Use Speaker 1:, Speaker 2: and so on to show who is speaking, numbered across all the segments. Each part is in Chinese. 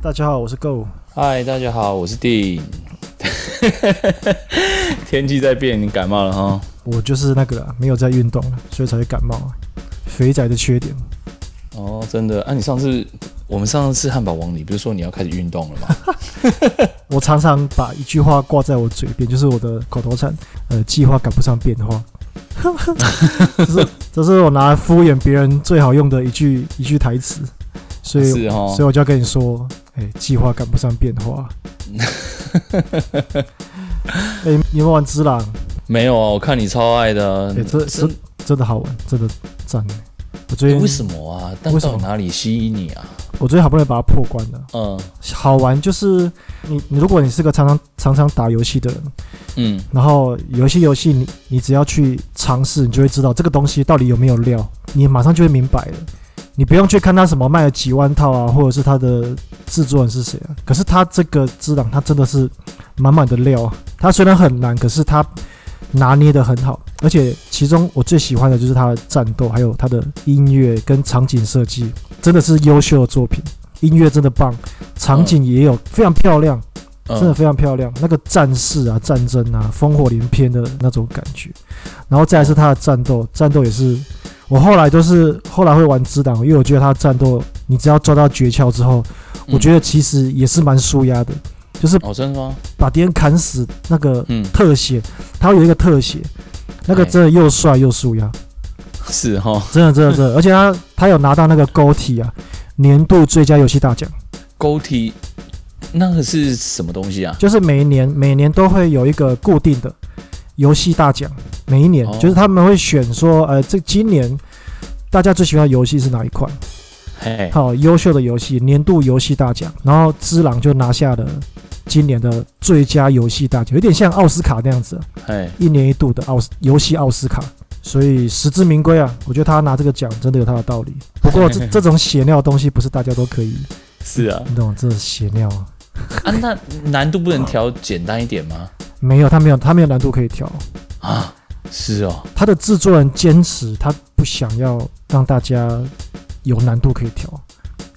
Speaker 1: 大家好，我是 Go。
Speaker 2: 嗨，大家好，我是 D。天气在变，你感冒了哈？
Speaker 1: 我就是那个啦没有在运动了，所以才会感冒啊。肥仔的缺点，
Speaker 2: 哦，真的啊！你上次我们上次汉堡王，你不是说你要开始运动了吗？
Speaker 1: 啊我常常把一句话挂在我嘴边，就是我的口头禅，呃，计划赶不上变 化。这是这是我拿来敷衍别人最好用的一句一句台词，所以
Speaker 2: 是啊哦哈
Speaker 1: 所以，我就要跟你说，哎、计划赶不上变 化。哎、你们玩《只狼》
Speaker 2: 没有啊，我看你超爱的。啊
Speaker 1: 哎这
Speaker 2: 真
Speaker 1: 真的好玩，真的赞哎！我最近
Speaker 2: 为什么啊？但
Speaker 1: 为什么
Speaker 2: 到底哪里吸引你啊？
Speaker 1: 我最近好不容易把它破关了。
Speaker 2: 嗯
Speaker 1: 好玩就是你，你如果你是个常常常常打游戏的人，
Speaker 2: 嗯
Speaker 1: 然后有一些游戏你你只要去尝试，你就会知道这个东西到底有没有料，你马上就会明白了。你不用去看它什么卖了几万套啊，或者是它的制作人是谁啊。可是它这个《之狼》，它真的是满满的料啊。它虽然很难，可是它拿捏的很好，而且其中我最喜欢的就是它的战斗，还有它的音乐跟场景设计，真的是优秀的作品。音乐真的棒，场景也有非常漂亮，真的
Speaker 2: 嗯，
Speaker 1: 非常漂亮，那个战士啊、战争啊、烽火连篇的那种感觉，然后再来是他的战斗，战斗也是我后来都是后来会玩知档，因为我觉得他的战斗，你只要抓到诀窍之后，我觉
Speaker 2: 得
Speaker 1: 得其实也是蛮舒压的，就是
Speaker 2: 哦，真的吗？
Speaker 1: 把敌人砍死那个
Speaker 2: 嗯，
Speaker 1: 特写，他有一个特写，那个
Speaker 2: 哎
Speaker 1: 真的又帅又舒压，
Speaker 2: 是哦哈。
Speaker 1: 真的真的真的，而且他他有拿到那个 GOTY 啊年度最佳游戏大奖。
Speaker 2: 勾体那个是什么东西啊？
Speaker 1: 就是每一年每年都会有一个固定的游戏大奖，每一年、
Speaker 2: 哦
Speaker 1: 就是他们会选说，呃，这今年大家最喜欢的游戏是哪一款？
Speaker 2: 嘿，
Speaker 1: 好，优秀的游戏年度游戏大奖，然后《只狼》就拿下了今年的最佳游戏大奖，有点像奥斯卡那样子，啊
Speaker 2: 嘿，
Speaker 1: 一年一度的奥斯游戏奥斯卡。所以实至名归啊！我觉得他拿这个奖真的有他的道理。不过这这种血尿的东西不是大家都可以，
Speaker 2: 是啊。
Speaker 1: 你懂这血尿啊？
Speaker 2: 啊，那难度不能调简单一点吗？
Speaker 1: 没有，他没有，他没有难度可以调。
Speaker 2: 啊，是哦。
Speaker 1: 他的制作人坚持他不想要让大家有难度可以调。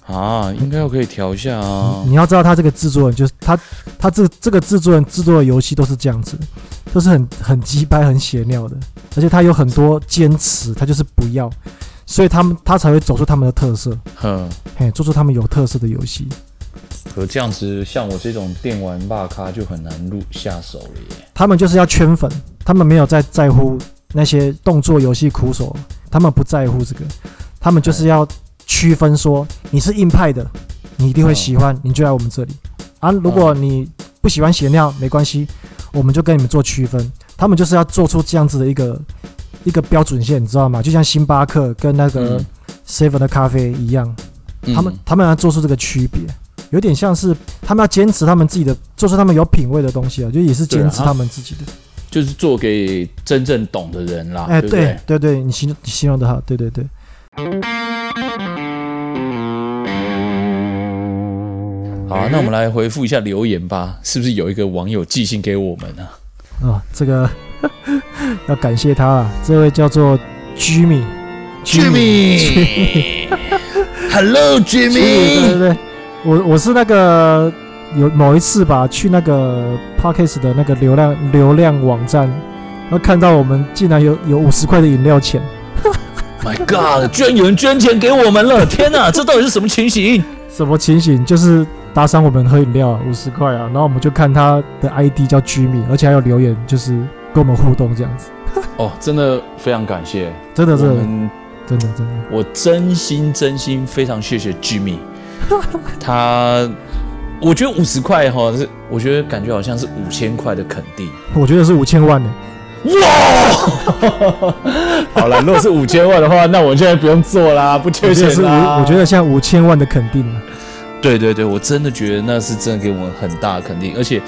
Speaker 2: 啊，应该要可以调一下啊
Speaker 1: 你。你要知道，他这个制作人就是他，他这这个制作人制作的游戏都是这样子，都是很很鸡掰、很邪尿的，而且他有很多坚持，他就是不要，所以他们他才会走出他们的特色，
Speaker 2: 嗯，
Speaker 1: 嘿，做出他们有特色的游戏。
Speaker 2: 可这样子，像我这种电玩大咖就很难入下手了耶。
Speaker 1: 他们就是要圈粉，他们没有在在乎那些动作游戏苦手，他们不在乎这个，他们就是要区分说你是硬派的，你一定会喜欢，你就来我们这里啊。如果你不喜欢血尿，没关系，我们就跟你们做区分。他们就是要做出这样子的一个一个标准线，你知道吗？就像星巴克跟那个
Speaker 2: 嗯
Speaker 1: Seven 的咖啡一样，
Speaker 2: 嗯
Speaker 1: 他们他们要做出这个区别，有点像是他们要坚持他们自己的，做出他们有品味的东西啊，就也是
Speaker 2: 对啊
Speaker 1: 坚持他们自己的。
Speaker 2: 就是做给真正懂的人啦，
Speaker 1: 哎、
Speaker 2: 对不
Speaker 1: 对？对对，你形你形容的好，对对对，
Speaker 2: 好啊、那我们来回复一下留言吧，是不是有一个网友寄信给我们啊？
Speaker 1: 啊、这个 要感谢他啊，这位叫做 Jimmy。
Speaker 2: Hello
Speaker 1: 对
Speaker 2: Jimmy，
Speaker 1: 对对，我我是那个有某一次吧，去那个 Parkes 的那个流量流量网站，然后看到我们竟然有有五十块的饮料钱，
Speaker 2: My God，居然有人捐钱给我们了！天哪，这到底是什么情形？
Speaker 1: 什么情形？就是打赏我们喝饮料啊，五十块啊，然后我们就看他的 ID 叫 Jimmy，而且还有留言，就是跟我们互动这样子，
Speaker 2: 哦，真的非常感谢，
Speaker 1: 真的
Speaker 2: 我
Speaker 1: 真的
Speaker 2: 们
Speaker 1: 真的真的，
Speaker 2: 我真心真心非常谢谢 Jimmy，他，我觉得五十块哈是，我觉得感觉好像是五千块的肯定。
Speaker 1: 我觉得是五千万呢、
Speaker 2: 哇！好了，如果是五千万的话，那我现在不用做啦，不
Speaker 1: 我
Speaker 2: 缺
Speaker 1: 觉得是
Speaker 2: 钱
Speaker 1: 五，
Speaker 2: 啦。
Speaker 1: 我觉得像五千万的肯定啊，
Speaker 2: 对对对，我真的觉得那是真的给我们很大的肯定，而且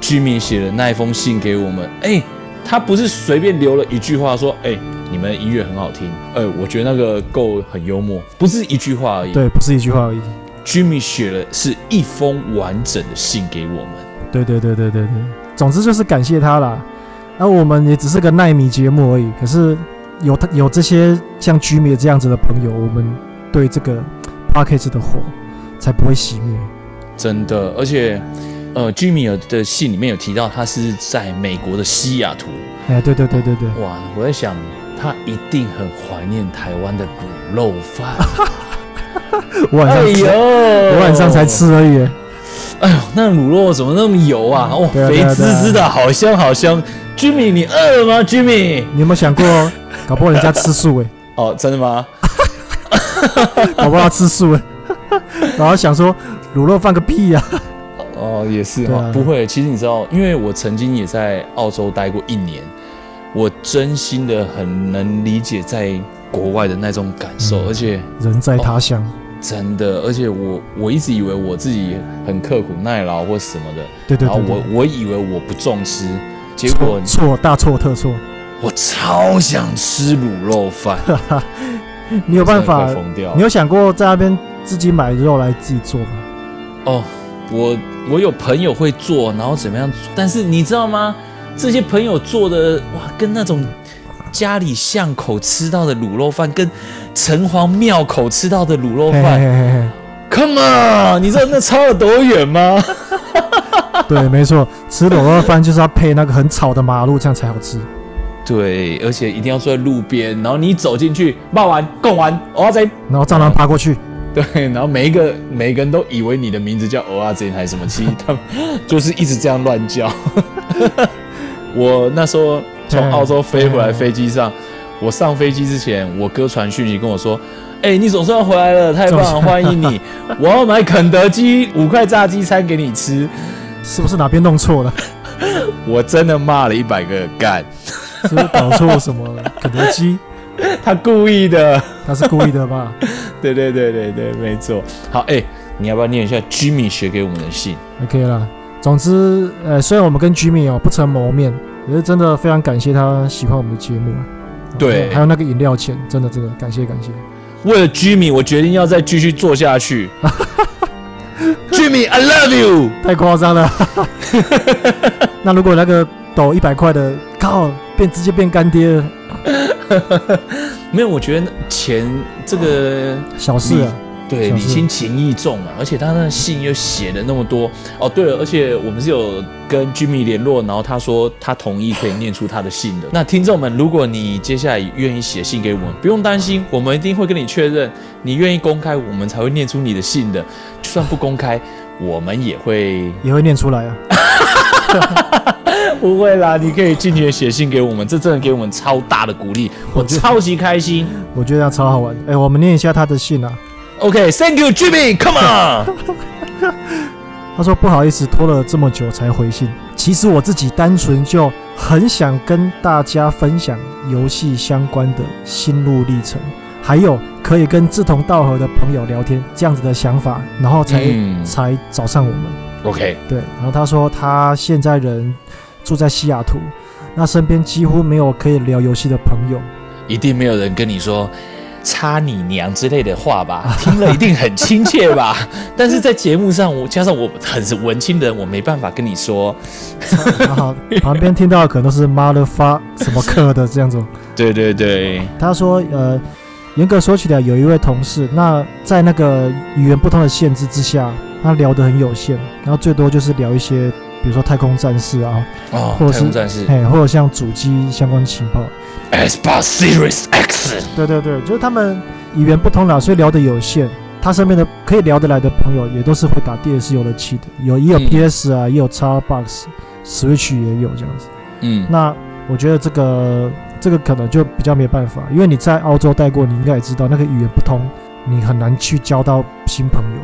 Speaker 2: Jimmy 写的那一封信给我们，哎，他不是随便留了一句话说，哎，你们的音乐很好听，哎，我觉得那个 Go 很幽默，不是一句话而已。
Speaker 1: 对，不是一句话而已。
Speaker 2: Jimmy 写了是一封完整的信给我们。
Speaker 1: 对对对对对对，总之就是感谢他啦。那、我们也只是个耐米节目而已，可是有他有这些像居米这样子的朋友，我们对这个 p a c k a g e 的火才不会熄灭。
Speaker 2: 真的，而且呃居米尔的信里面有提到，他是在美国的西雅图。
Speaker 1: 哎，对对对对对，
Speaker 2: 哇，我在想，他一定很怀念台湾的卤肉饭。
Speaker 1: 我 晚
Speaker 2: 哎
Speaker 1: 上
Speaker 2: 呦，
Speaker 1: 吃，我
Speaker 2: 我
Speaker 1: 晚上才。吃而已。
Speaker 2: 哎呦，那卤肉怎么那么油啊？哦，
Speaker 1: 对啊对
Speaker 2: 肥
Speaker 1: 啊
Speaker 2: 滋滋的，好香好香。居米，你饿了吗？居米？
Speaker 1: 你有没有想过，搞不好人家吃素 哎、
Speaker 2: 哦，真的吗？
Speaker 1: 搞不好他吃素哎、然后想说卤肉饭个屁啊呀、
Speaker 2: 哦，也是
Speaker 1: 对
Speaker 2: 哈、
Speaker 1: 啊
Speaker 2: 不会。其实你知道，因为我曾经也在澳洲待过一年，我真心的很能理解在国外的那种感受，
Speaker 1: 嗯
Speaker 2: 而且
Speaker 1: 人在他乡，
Speaker 2: 真的，而且我我一直以为我自己很刻苦耐劳或什么的，
Speaker 1: 对对
Speaker 2: 然后
Speaker 1: 对对
Speaker 2: 我，我以为我不重吃，结果
Speaker 1: 错错大错特错，
Speaker 2: 我超想吃卤肉饭，
Speaker 1: 你 有办
Speaker 2: 我
Speaker 1: 法
Speaker 2: 真的快？疯掉
Speaker 1: 你。有想过在那边自己买肉来自己做吗？
Speaker 2: 哦，我我有朋友会做，然后怎么样？但是你知道吗？这些朋友做的哇，跟那种家里巷口吃到的卤肉饭，跟城隍庙口吃到的卤肉
Speaker 1: 嘿
Speaker 2: 饭
Speaker 1: 嘿嘿嘿
Speaker 2: ，Come on！你知道那差了多远吗？
Speaker 1: 嘿，对，没错，吃卤肉饭就是要配那个很吵的马路，这样才好吃。
Speaker 2: 对，而且一定要坐在路边，然后你一走进去，骂完、供完，我要再
Speaker 1: 然后蟑螂爬过去，
Speaker 2: 对，然后每一个每一个人都以为你的名字叫欧阿珍还是什么，其实他们就是一直这样乱叫。 我那时候从澳洲飞回来，
Speaker 1: 嗯
Speaker 2: 飞机上，我上飞机之前，我哥传讯息跟我说：“哎、你总算回来了，太棒了，欢迎你！我要买肯德基五块炸鸡餐给你吃。
Speaker 1: 是不是哪边弄错了？”
Speaker 2: 我真的骂了一百个干，
Speaker 1: 是不是搞错什么了？肯德基，
Speaker 2: 他故意的。
Speaker 1: 他是故意的吧？
Speaker 2: 对对对对对，没错。好，哎、你要不要念一下 Jimmy 写给我们的信？
Speaker 1: OK 啦，总之，呃，虽然我们跟 Jimmy 哦不曾谋面，可是真的非常感谢他喜欢我们的节目。啊
Speaker 2: 对
Speaker 1: 还有那个饮料钱，真的真的感谢感谢。
Speaker 2: 为了 Jimmy，我决定要再继续做下 去。Jimmy，I love you。
Speaker 1: 太夸张了。 那如果那个抖一百块的，靠，变直接变干爹了，
Speaker 2: 没有，我觉得钱这个
Speaker 1: 小事啊。
Speaker 2: 对
Speaker 1: 小
Speaker 2: 礼
Speaker 1: 事
Speaker 2: 轻情意重啊，而且他那信又写了那么多哦。对了，而且我们是有跟 Jimmy 联络，然后他说他同意可以念出他的信的。那听众们，如果你接下来愿意写信给我们，不用担心，我们一定会跟你确认，你愿意公开，我们才会念出你的信的。就算不公开，我们也会
Speaker 1: 也会念出来啊。
Speaker 2: 不会啦，你可以尽情的写信给我们，这真的给我们超大的鼓励，我超级开心。
Speaker 1: 我觉得这样超好玩。哎、我们念一下他的信啊。
Speaker 2: OK，Thank、you Jimmy，Come on。
Speaker 1: 他说：“不好意思，拖了这么久才回信。其实我自己单纯就很想跟大家分享游戏相关的心路历程，还有可以跟志同道合的朋友聊天这样子的想法，然后才、
Speaker 2: 嗯
Speaker 1: 才找上我们。
Speaker 2: OK，
Speaker 1: 对，然后他说他现在人住在西雅图，那身边几乎没有可以聊游戏的朋友。
Speaker 2: 一定没有人跟你说“插你娘”之类的话吧？ 听了一定很亲切吧？ 但是在节目上，我加上我很是文青的人，我没办法跟你说。
Speaker 1: 然后旁边听到的可能都是 mother 发什么课的这样子。”
Speaker 2: 对对对，
Speaker 1: 他说，呃，严格说起来，有一位同事，那在那个语言不通的限制之下，他聊得很有限，然后最多就是聊一些，比如说太空战士啊，
Speaker 2: 哦，
Speaker 1: 或者
Speaker 2: 太
Speaker 1: 是
Speaker 2: 空战士
Speaker 1: 哎，或者像主机相关情报。
Speaker 2: Xbox Series X，
Speaker 1: 对对对，就是他们语言不通啦，所以聊得有限。他身边的可以聊得来的朋友，也都是会打 DS 游乐器的，有也有
Speaker 2: 嗯
Speaker 1: PS 啊，也有 Xbox、Switch 也有这样子。
Speaker 2: 嗯，
Speaker 1: 那我觉得这个这个可能就比较没办法，因为你在澳洲待过，你应该也知道那个语言不通，你很难去交到新朋友。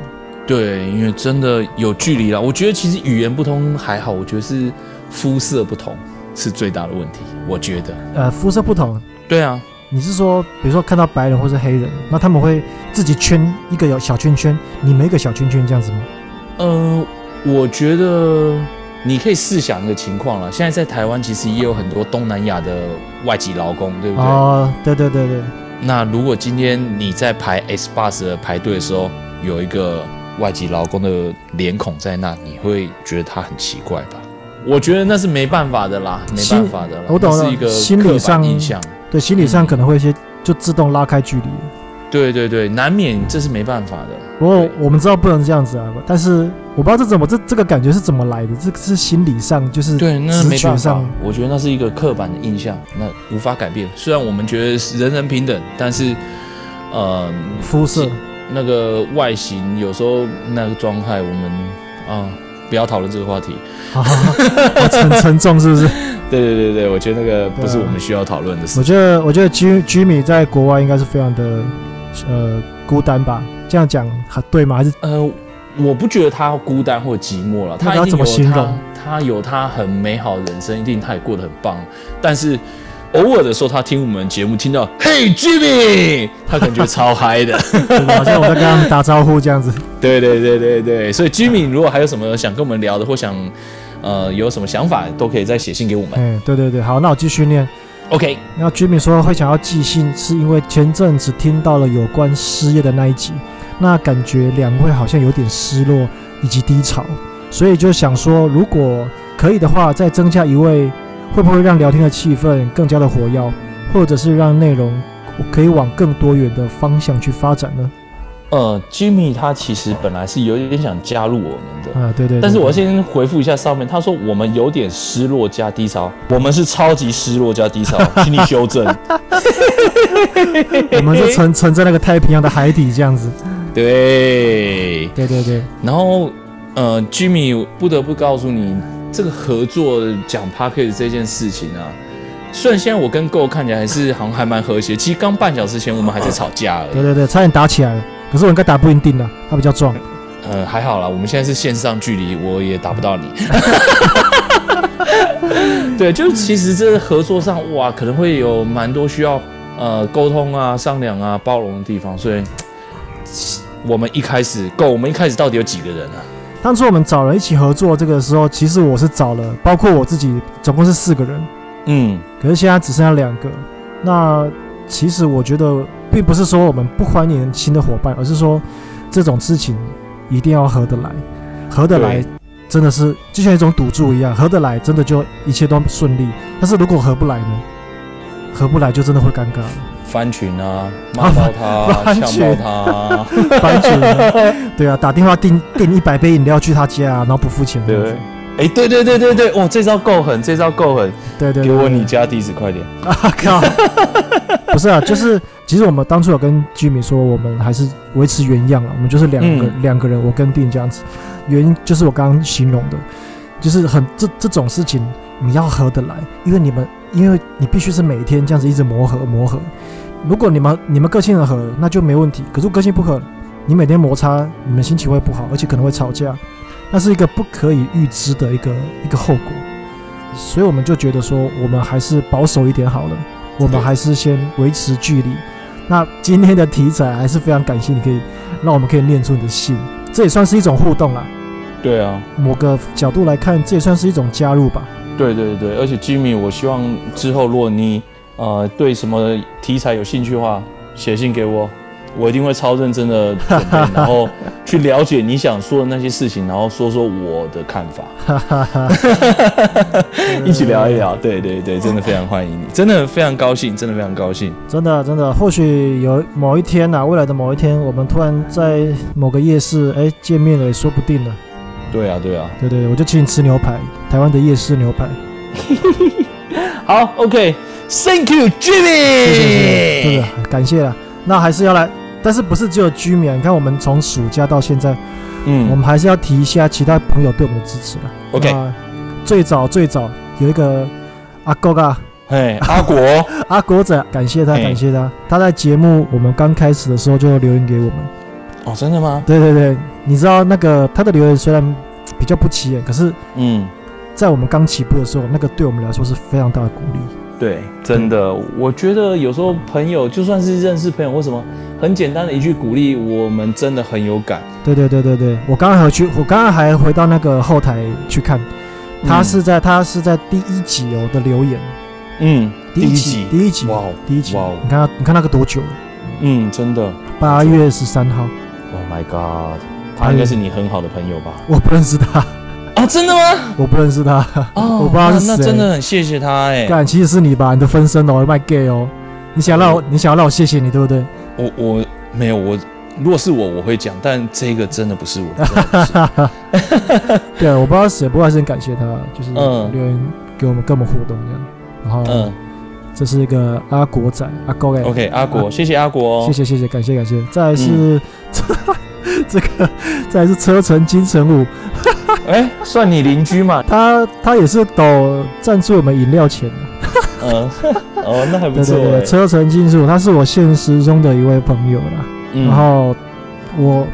Speaker 2: 对，因为真的有距离了。我觉得其实语言不通还好，我觉得是肤色不同是最大的问题。我觉得，
Speaker 1: 呃，肤色不同，
Speaker 2: 对啊，
Speaker 1: 你是说，比如说看到白人或是黑人，那他们会自己圈一个有小圈圈，你们一个小圈圈这样子吗？
Speaker 2: 呃，我觉得你可以试想一个情况了。现在在台湾其实也有很多东南亚的外籍劳工，对不对？
Speaker 1: 哦，对对对对，
Speaker 2: 那如果今天你在排 S bus 的排队的时候，有一个外籍劳工的脸孔在那，你会觉得他很奇怪吧？我觉得那是没办法的啦，没
Speaker 1: 心
Speaker 2: 办法的啦，
Speaker 1: 我懂
Speaker 2: 那
Speaker 1: 了
Speaker 2: 是一个
Speaker 1: 心理
Speaker 2: 刻板
Speaker 1: 上
Speaker 2: 印象。
Speaker 1: 对，心理上
Speaker 2: 嗯
Speaker 1: 可能会一些就自动拉开距离。
Speaker 2: 对对对，难免这是没办法的。
Speaker 1: 不过
Speaker 2: 对
Speaker 1: 我们知道不能这样子啊，但是我不知道这怎么这这个感觉是怎么来的，这个是心理上就是
Speaker 2: 对，那
Speaker 1: 直
Speaker 2: 没
Speaker 1: 觉
Speaker 2: 办法
Speaker 1: 上，
Speaker 2: 我觉得那是一个刻板的印象，那无法改变。虽然我们觉得人人平等，但是，呃，
Speaker 1: 肤色
Speaker 2: 是 那个外形有时候那个状态，我们啊、不要讨论这个话题。
Speaker 1: 啊，很沉重是不是？
Speaker 2: 对对对对，我觉得那个不是
Speaker 1: 对啊
Speaker 2: 我们需要讨论的事
Speaker 1: 我。觉得我觉得居居米在国外应该是非常的呃孤单吧，这样讲还对吗？还是
Speaker 2: 呃，我不觉得他孤单或寂寞了，
Speaker 1: 那
Speaker 2: 他
Speaker 1: 他
Speaker 2: 一定
Speaker 1: 怎么
Speaker 2: 有
Speaker 1: 形
Speaker 2: 他
Speaker 1: 容
Speaker 2: 他有他很美好的人生，一定他也过得很棒。但是偶尔的时候，他听我们节目，听到 “Hey Jimmy”，他感觉超嗨的。
Speaker 1: 对吧好像我在跟他们打招呼这样子？
Speaker 2: 对对对对对，所以 Jimmy 如果还有什么想跟我们聊的，或想呃有什么想法，都可以再写信给我们。
Speaker 1: 哎，对对对，好，那我继续念。
Speaker 2: OK，
Speaker 1: 那居民说会想要寄信，是因为前阵子听到了有关失业的那一集，那感觉两位好像有点失落以及低潮，所以就想说，如果可以的话，再增加一位，会不会让聊天的气氛更加的活跃，或者是让内容可以往更多元的方向去发展呢？
Speaker 2: 呃，Jimmy 他其实本来是有一点想加入我们的，
Speaker 1: 啊，对对对
Speaker 2: 但是我先回复一下上面，他说我们有点失落加低潮，我们是超级失落加低潮，请你修正。
Speaker 1: 我们是沉沉在那个太平洋的海底这样子。
Speaker 2: 对，
Speaker 1: 对对对，
Speaker 2: 然后呃，Jimmy 不得不告诉你，这个合作讲 p a c k a g e 这件事情啊，虽然现在我跟 Go 看起来还是好像还蛮和谐，其实刚半小时前我们还在吵架而
Speaker 1: 对
Speaker 2: 已。
Speaker 1: 对对，差点打起来了，可是我应该打不赢定了，他比较壮。
Speaker 2: 呃，还好啦，我们现在是线上距离，我也打不到 你。对，就是其实这合作上哇，可能会有蛮多需要呃沟通啊、商量啊、包容的地方，所以我们一开始 Go，我们一开始到底有几个人啊？
Speaker 1: 当初我们找人一起合作这个时候，其实我是找了，包括我自己，总共是四个人，
Speaker 2: 嗯，
Speaker 1: 可是现在只剩下两个。那其实我觉得，并不是说我们不欢迎新的伙伴，而是说这种事情一定要合得来，合得来
Speaker 2: 对
Speaker 1: 真的是就像一种赌注一样，合得来真的就一切都顺利。但是如果合不来呢？合不来就真的会尴尬了，
Speaker 2: 翻群 啊，骂爆他、啊，
Speaker 1: 翻
Speaker 2: 呛爆他、啊，
Speaker 1: 反正 呢对啊，打电话订订一百杯饮料去他家、啊然后不付钱，
Speaker 2: 对不对？哎，对对对对对，哦，这招够狠，这招够狠，
Speaker 1: 对对，
Speaker 2: 给我
Speaker 1: 对
Speaker 2: 你家地址快点。
Speaker 1: 啊靠！ 不是啊，就是其实我们当初有跟居民说，我们还是维持原样了，啊我们就是两个、
Speaker 2: 嗯
Speaker 1: 两个人，我跟定这样子。原因就是我刚刚形容的，就是很这这种事情你要合得来，因为你们因为你必须是每天这样子一直磨合磨合。如果你们你们个性很合，那就没问题。可是个性不合，你每天摩擦，你们心情会不好，而且可能会吵架，那是一个不可以预知的一个一个后果。所以我们就觉得说，我们还是保守一点好了，我们
Speaker 2: 对
Speaker 1: 还是先维持距离。那今天的题材还是非常感谢你可以让我们可以念出你的信，这也算是一种互动啦。
Speaker 2: 对啊，
Speaker 1: 某个角度来看，这也算是一种加入吧。
Speaker 2: 对对对，而且 Jimmy，我希望之后如果你呃对什么题材有兴趣的话，写信给我，我一定会超认真的准 备，然后去了解你想说的那些事情，然后说说我的看法，
Speaker 1: 哈哈哈，
Speaker 2: 一起聊一聊。对对对，真的非常欢迎你，真的非常高兴，真的非常高兴。
Speaker 1: 真的真的，或许有某一天呐、未来的某一天，我们突然在某个夜市哎见面了，也说不定呢。
Speaker 2: 对啊对啊，
Speaker 1: 对对对，我就请你吃牛排，台湾的夜市牛排。
Speaker 2: 好，OK，Thank、you，Jimmy。
Speaker 1: 谢谢谢
Speaker 2: 哎
Speaker 1: 谢，真的感谢了。那还是要来，但是不是只有居民啊？你看我们从暑假到现在，
Speaker 2: 嗯，
Speaker 1: 我们啊还是要提一下其他朋友对我们的支持了。
Speaker 2: OK，
Speaker 1: 那最早最早有一个阿狗啊，
Speaker 2: 嘿，阿国，
Speaker 1: 阿国仔，感谢他，
Speaker 2: 嘿
Speaker 1: 感谢他。他在节目我们刚开始的时候就留言给我们。
Speaker 2: 哦，真的吗？
Speaker 1: 对对对，你知道那个他的留言虽然比较不起眼，可是，
Speaker 2: 嗯，
Speaker 1: 在我们刚起步的时候，那个对我们来说是非常大的鼓励。
Speaker 2: 对，真的，我觉得有时候朋友就算是认识朋友，为什么很简单的一句鼓励，我们真的很有感。
Speaker 1: 对对对对对，我刚刚还去，我刚刚还回到那个后台去看，他是在、他是在第一集哦的留言，
Speaker 2: 嗯，第
Speaker 1: 集
Speaker 2: 一集，
Speaker 1: 第一集
Speaker 2: 哇哦，
Speaker 1: 第一集，
Speaker 2: 哇哦
Speaker 1: 你看他你看那个多久了？
Speaker 2: 嗯，真的
Speaker 1: 八月十三号，
Speaker 2: ，Oh my God，他
Speaker 1: 哎
Speaker 2: 应该是你很好的朋友吧？
Speaker 1: 我不认识 他，
Speaker 2: 啊，真的吗？
Speaker 1: 我不认识他，
Speaker 2: 哦，
Speaker 1: 我不知道是
Speaker 2: 那那
Speaker 1: 谁
Speaker 2: 真的很谢谢他哎、
Speaker 1: 干 其实是你吧？你的分身哦，卖 gay 哦，你想让我你想要让我谢谢你对不对？
Speaker 2: 我我没有我，如果是我，我会讲，但这个真的不是我，真的 不是
Speaker 1: 对，我不知道是谁，不过还是很感谢他，就是
Speaker 2: 嗯
Speaker 1: 留言给我们跟我们互动这样。然后，
Speaker 2: 嗯
Speaker 1: 这是一个阿国仔阿狗哎
Speaker 2: ，OK，阿哦国，谢谢阿国，
Speaker 1: 谢谢谢谢，感谢感谢。再来是、
Speaker 2: 嗯
Speaker 1: 这个，再来是车臣金城武，
Speaker 2: 哎，算你邻居嘛，
Speaker 1: 他他也是抖赞助我们饮料钱的，
Speaker 2: 嗯， 哦，那还不
Speaker 1: 对
Speaker 2: 错
Speaker 1: 对对，
Speaker 2: 哎，
Speaker 1: 车臣金城武，他是我现实中的一位朋友啦。
Speaker 2: 嗯
Speaker 1: 然后我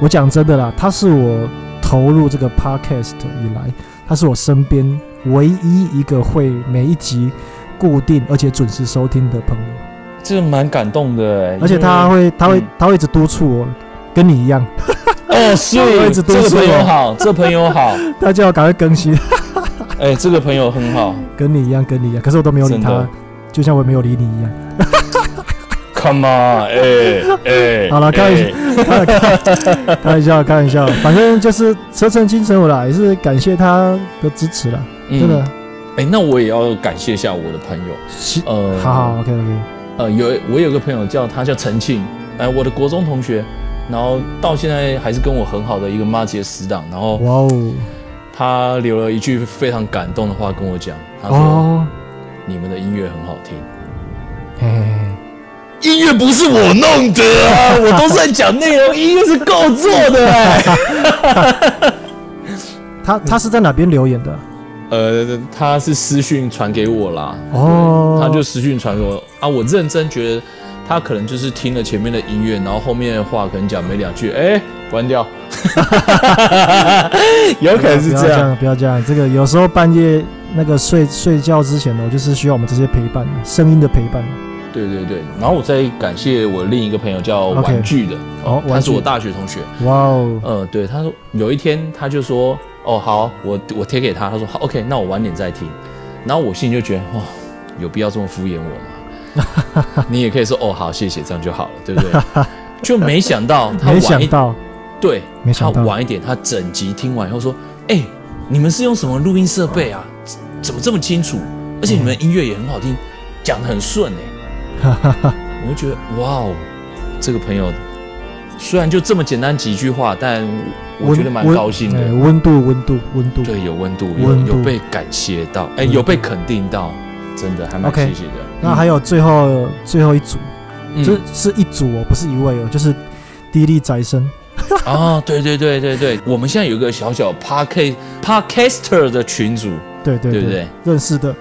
Speaker 1: 我讲真的啦，他是我投入这个 podcast 以来，他是我身边唯一一个会每一集固定而且准时收听的朋友，
Speaker 2: 嗯这蛮感动的哎，
Speaker 1: 而且他会他会
Speaker 2: 嗯
Speaker 1: 他会一直督促我，跟你一样，
Speaker 2: 哦，是
Speaker 1: 我一直
Speaker 2: 这
Speaker 1: 督
Speaker 2: 个
Speaker 1: 促我
Speaker 2: 朋友好，这朋友好，
Speaker 1: 他叫我赶快更新，
Speaker 2: 哎，这个朋友很好
Speaker 1: 跟你一样，跟你一样，可是我都没有理
Speaker 2: 真的
Speaker 1: 他，就像我也没有理你一样。
Speaker 2: ，Come on，哎 哎，
Speaker 1: 好了开玩笑
Speaker 2: 哎
Speaker 1: 开玩笑 开玩笑，开玩笑，反正就是车臣精神我啦，也是感谢他的支持啦，真的
Speaker 2: 嗯，。哎，那我也要感谢一下我的朋友，
Speaker 1: 喜
Speaker 2: 呃，
Speaker 1: 好好，OK OK，
Speaker 2: 呃，有我有个朋友叫他叫陈庆，哎、我的国中同学，然后到现在还是跟我很好的一个妈姐死党，然后
Speaker 1: 哇哦，
Speaker 2: 他留了一句非常感动的话跟我讲，他说、
Speaker 1: 哦，
Speaker 2: 你们的音乐很好听，
Speaker 1: 嘿嘿嘿。
Speaker 2: 音乐不是我弄的 啊，我都是在讲内容，音乐是构作的、哎
Speaker 1: 他
Speaker 2: 嗯
Speaker 1: 他是在哪边留言的？
Speaker 2: 呃，他是私讯传给我啦，
Speaker 1: 哦，
Speaker 2: 他就私讯传给我啊，我认真觉得他可能就是听了前面的音乐，然后后面的话可能讲没两句，哎、关掉， 有可能是
Speaker 1: 不要
Speaker 2: 这
Speaker 1: 这
Speaker 2: 样。
Speaker 1: 样，不要这样。这个有时候半夜那个睡睡觉之前呢，我就是需要我们这些陪伴，声音的陪伴。
Speaker 2: 对对对，然后我再感谢我另一个朋友叫玩具的
Speaker 1: 哦
Speaker 2: 他
Speaker 1: 玩
Speaker 2: 是
Speaker 1: 具
Speaker 2: 我大学同学，
Speaker 1: 哇哦，
Speaker 2: 呃，对，他说有一天他就说，哦好，我我贴给他，他说好，OK，那我晚点再听，然后我心里就觉得，哇、有必要这么敷衍我吗？你也可以说，哦好，谢谢，这样就好了，对不对？就没想到他
Speaker 1: 没
Speaker 2: 晚
Speaker 1: 想
Speaker 2: 一
Speaker 1: 到，
Speaker 2: 对，
Speaker 1: 没想
Speaker 2: 他
Speaker 1: 到
Speaker 2: 晚一点，他整集听完以后说：“哎、你们是用什么录音设备啊？怎怎么这么清楚？而且你们音乐也很好听，讲的很顺 哎、我就觉得哇哦，这个朋友虽然就这么简单几句话，但我
Speaker 1: 温
Speaker 2: 觉得蛮
Speaker 1: 温
Speaker 2: 高兴
Speaker 1: 哎
Speaker 2: 的。
Speaker 1: 温度，温度，温度。
Speaker 2: 对，有温度，
Speaker 1: 温
Speaker 2: 有
Speaker 1: 度
Speaker 2: 有被感谢到，哎、
Speaker 1: 温度
Speaker 2: 有被肯定到，真的还蛮
Speaker 1: OK
Speaker 2: 谢谢的。
Speaker 1: 那还有最后最后一组，
Speaker 2: 嗯
Speaker 1: 这是一组哦，不是一位哦，就是迪丽宅生。
Speaker 2: 啊，对对对对对，我们现在有一个小小 podcast podcaster 的群组，
Speaker 1: 对对
Speaker 2: 对不对？
Speaker 1: 认识的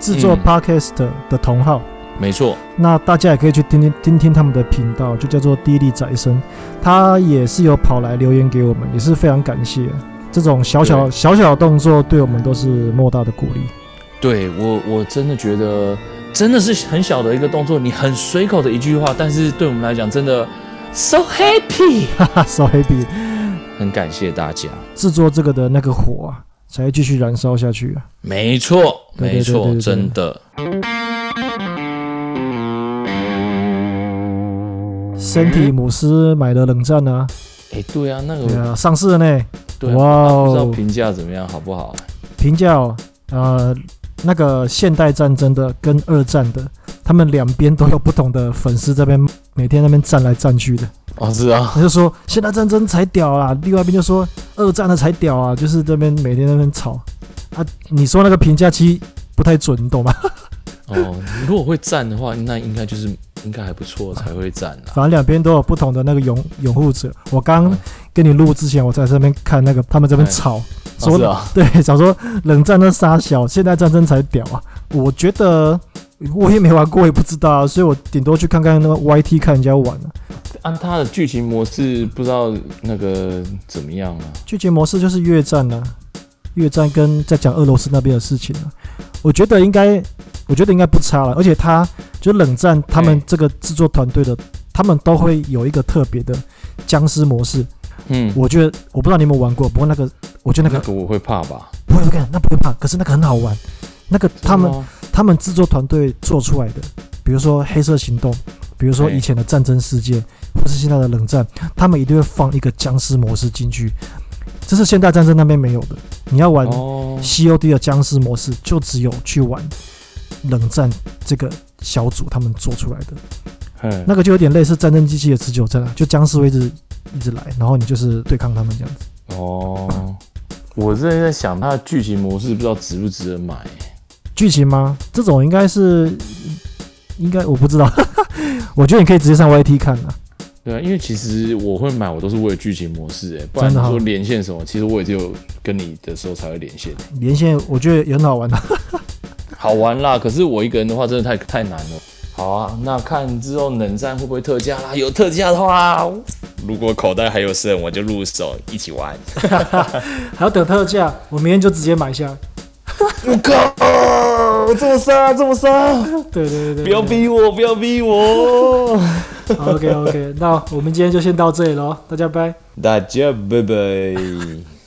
Speaker 1: 制作
Speaker 2: 嗯
Speaker 1: podcast 的的同号。
Speaker 2: 没错，
Speaker 1: 那大家也可以去听听听听他们的频道，就叫做“低力仔生”，他也是有跑来留言给我们，也是非常感谢这种小小
Speaker 2: 对
Speaker 1: 小小的动作，对我们都是莫大的鼓励。
Speaker 2: 对我，我真的觉得真的是很小的一个动作，你很随口的一句话，但是对我们来讲，真的 so happy，
Speaker 1: 哈哈，so happy，
Speaker 2: 很感谢大家。
Speaker 1: 制作这个的那个火啊，才会继续燃烧下去啊。
Speaker 2: 没错，
Speaker 1: 对对
Speaker 2: 没
Speaker 1: 对对
Speaker 2: 错，
Speaker 1: 对
Speaker 2: 真的。
Speaker 1: 身体母狮买了冷战啊，
Speaker 2: 哎，对啊，那
Speaker 1: 对
Speaker 2: 个
Speaker 1: 啊，上市了呢，
Speaker 2: 对啊，
Speaker 1: 哇哦
Speaker 2: 不知道评价怎么样，好不好？
Speaker 1: 评价哦呃那个现代战争的跟二战的，他们两边都有不同的粉丝这边每天那边站来站去的。
Speaker 2: 哦，是啊，
Speaker 1: 他就说现代战争才屌啊，另外一边就说二战的才屌啊，就是这边每天在那边吵啊。你说那个评价期不太准，你懂吗？
Speaker 2: 哦，如果会赞的话，那应该就是应该还不错才会啊赞啦。
Speaker 1: 反正两边都有不同的那个拥拥护者。我刚跟你录之前，我在这边看那个他们这边吵，
Speaker 2: 哦
Speaker 1: 说
Speaker 2: 是啊，
Speaker 1: 对，想说冷战那傻小，现代战争才屌啊。我觉得我也没玩过，也不知道啊，所以我顶多去看看那个 YT 看人家玩啊。
Speaker 2: 按它的剧情模式，不知道那个怎么样啊？
Speaker 1: 剧情模式就是越战啊，越战跟在讲俄罗斯那边的事情啊，我觉得应该，我觉得应该不差了。而且他就冷战，他们
Speaker 2: 哎
Speaker 1: 这个制作团队的，他们都会有一个特别的僵尸模式。
Speaker 2: 嗯，
Speaker 1: 我觉得我不知道你有没有玩过，不过那个我觉得
Speaker 2: 那
Speaker 1: 那个
Speaker 2: 个我会怕吧？
Speaker 1: 不会不会，那不会怕，可是那个很好玩。那个他们
Speaker 2: 真的吗
Speaker 1: 他们制作团队做出来的，比如说《黑色行动》，比如说
Speaker 2: 对
Speaker 1: 以前的战争世界，或是现在的冷战，他们一定会放一个僵尸模式进去，这是现代战争那边没有的。你要玩
Speaker 2: 哦，
Speaker 1: COD 的僵尸模式，就只有去玩冷战这个小组他们做出来的。
Speaker 2: 嗯，
Speaker 1: 那个就有点类似战争机器的持久战啊，就僵尸会一直一直来，然后你就是对抗他们这样子。
Speaker 2: 哦，我真的在想它的剧情模式不知道值不值得买、
Speaker 1: 剧情吗？这种应该是应该我不知道， 我觉得你可以直接上 YT 看啊。
Speaker 2: 对啊，因为其实我会买，我都是为了剧情模式、哎，不然你
Speaker 1: 真的哦
Speaker 2: 说连线什么，其实我也只有跟你的时候才会连线，
Speaker 1: 连线我觉得也很好玩的、
Speaker 2: 好玩啦。可是我一个人的话，真的太太难了。好啊，那看之后冷战会不会特价啦？有特价的话，如果口袋还有剩，我就入手一起玩。
Speaker 1: 还要等特价，我明天就直接买下。
Speaker 2: 我靠，这么杀，这么杀！
Speaker 1: 对对对对，
Speaker 2: 不要逼我，不要逼 我！
Speaker 1: OK OK，那我们今天就先到这里喽，大家拜。
Speaker 2: 大家拜拜。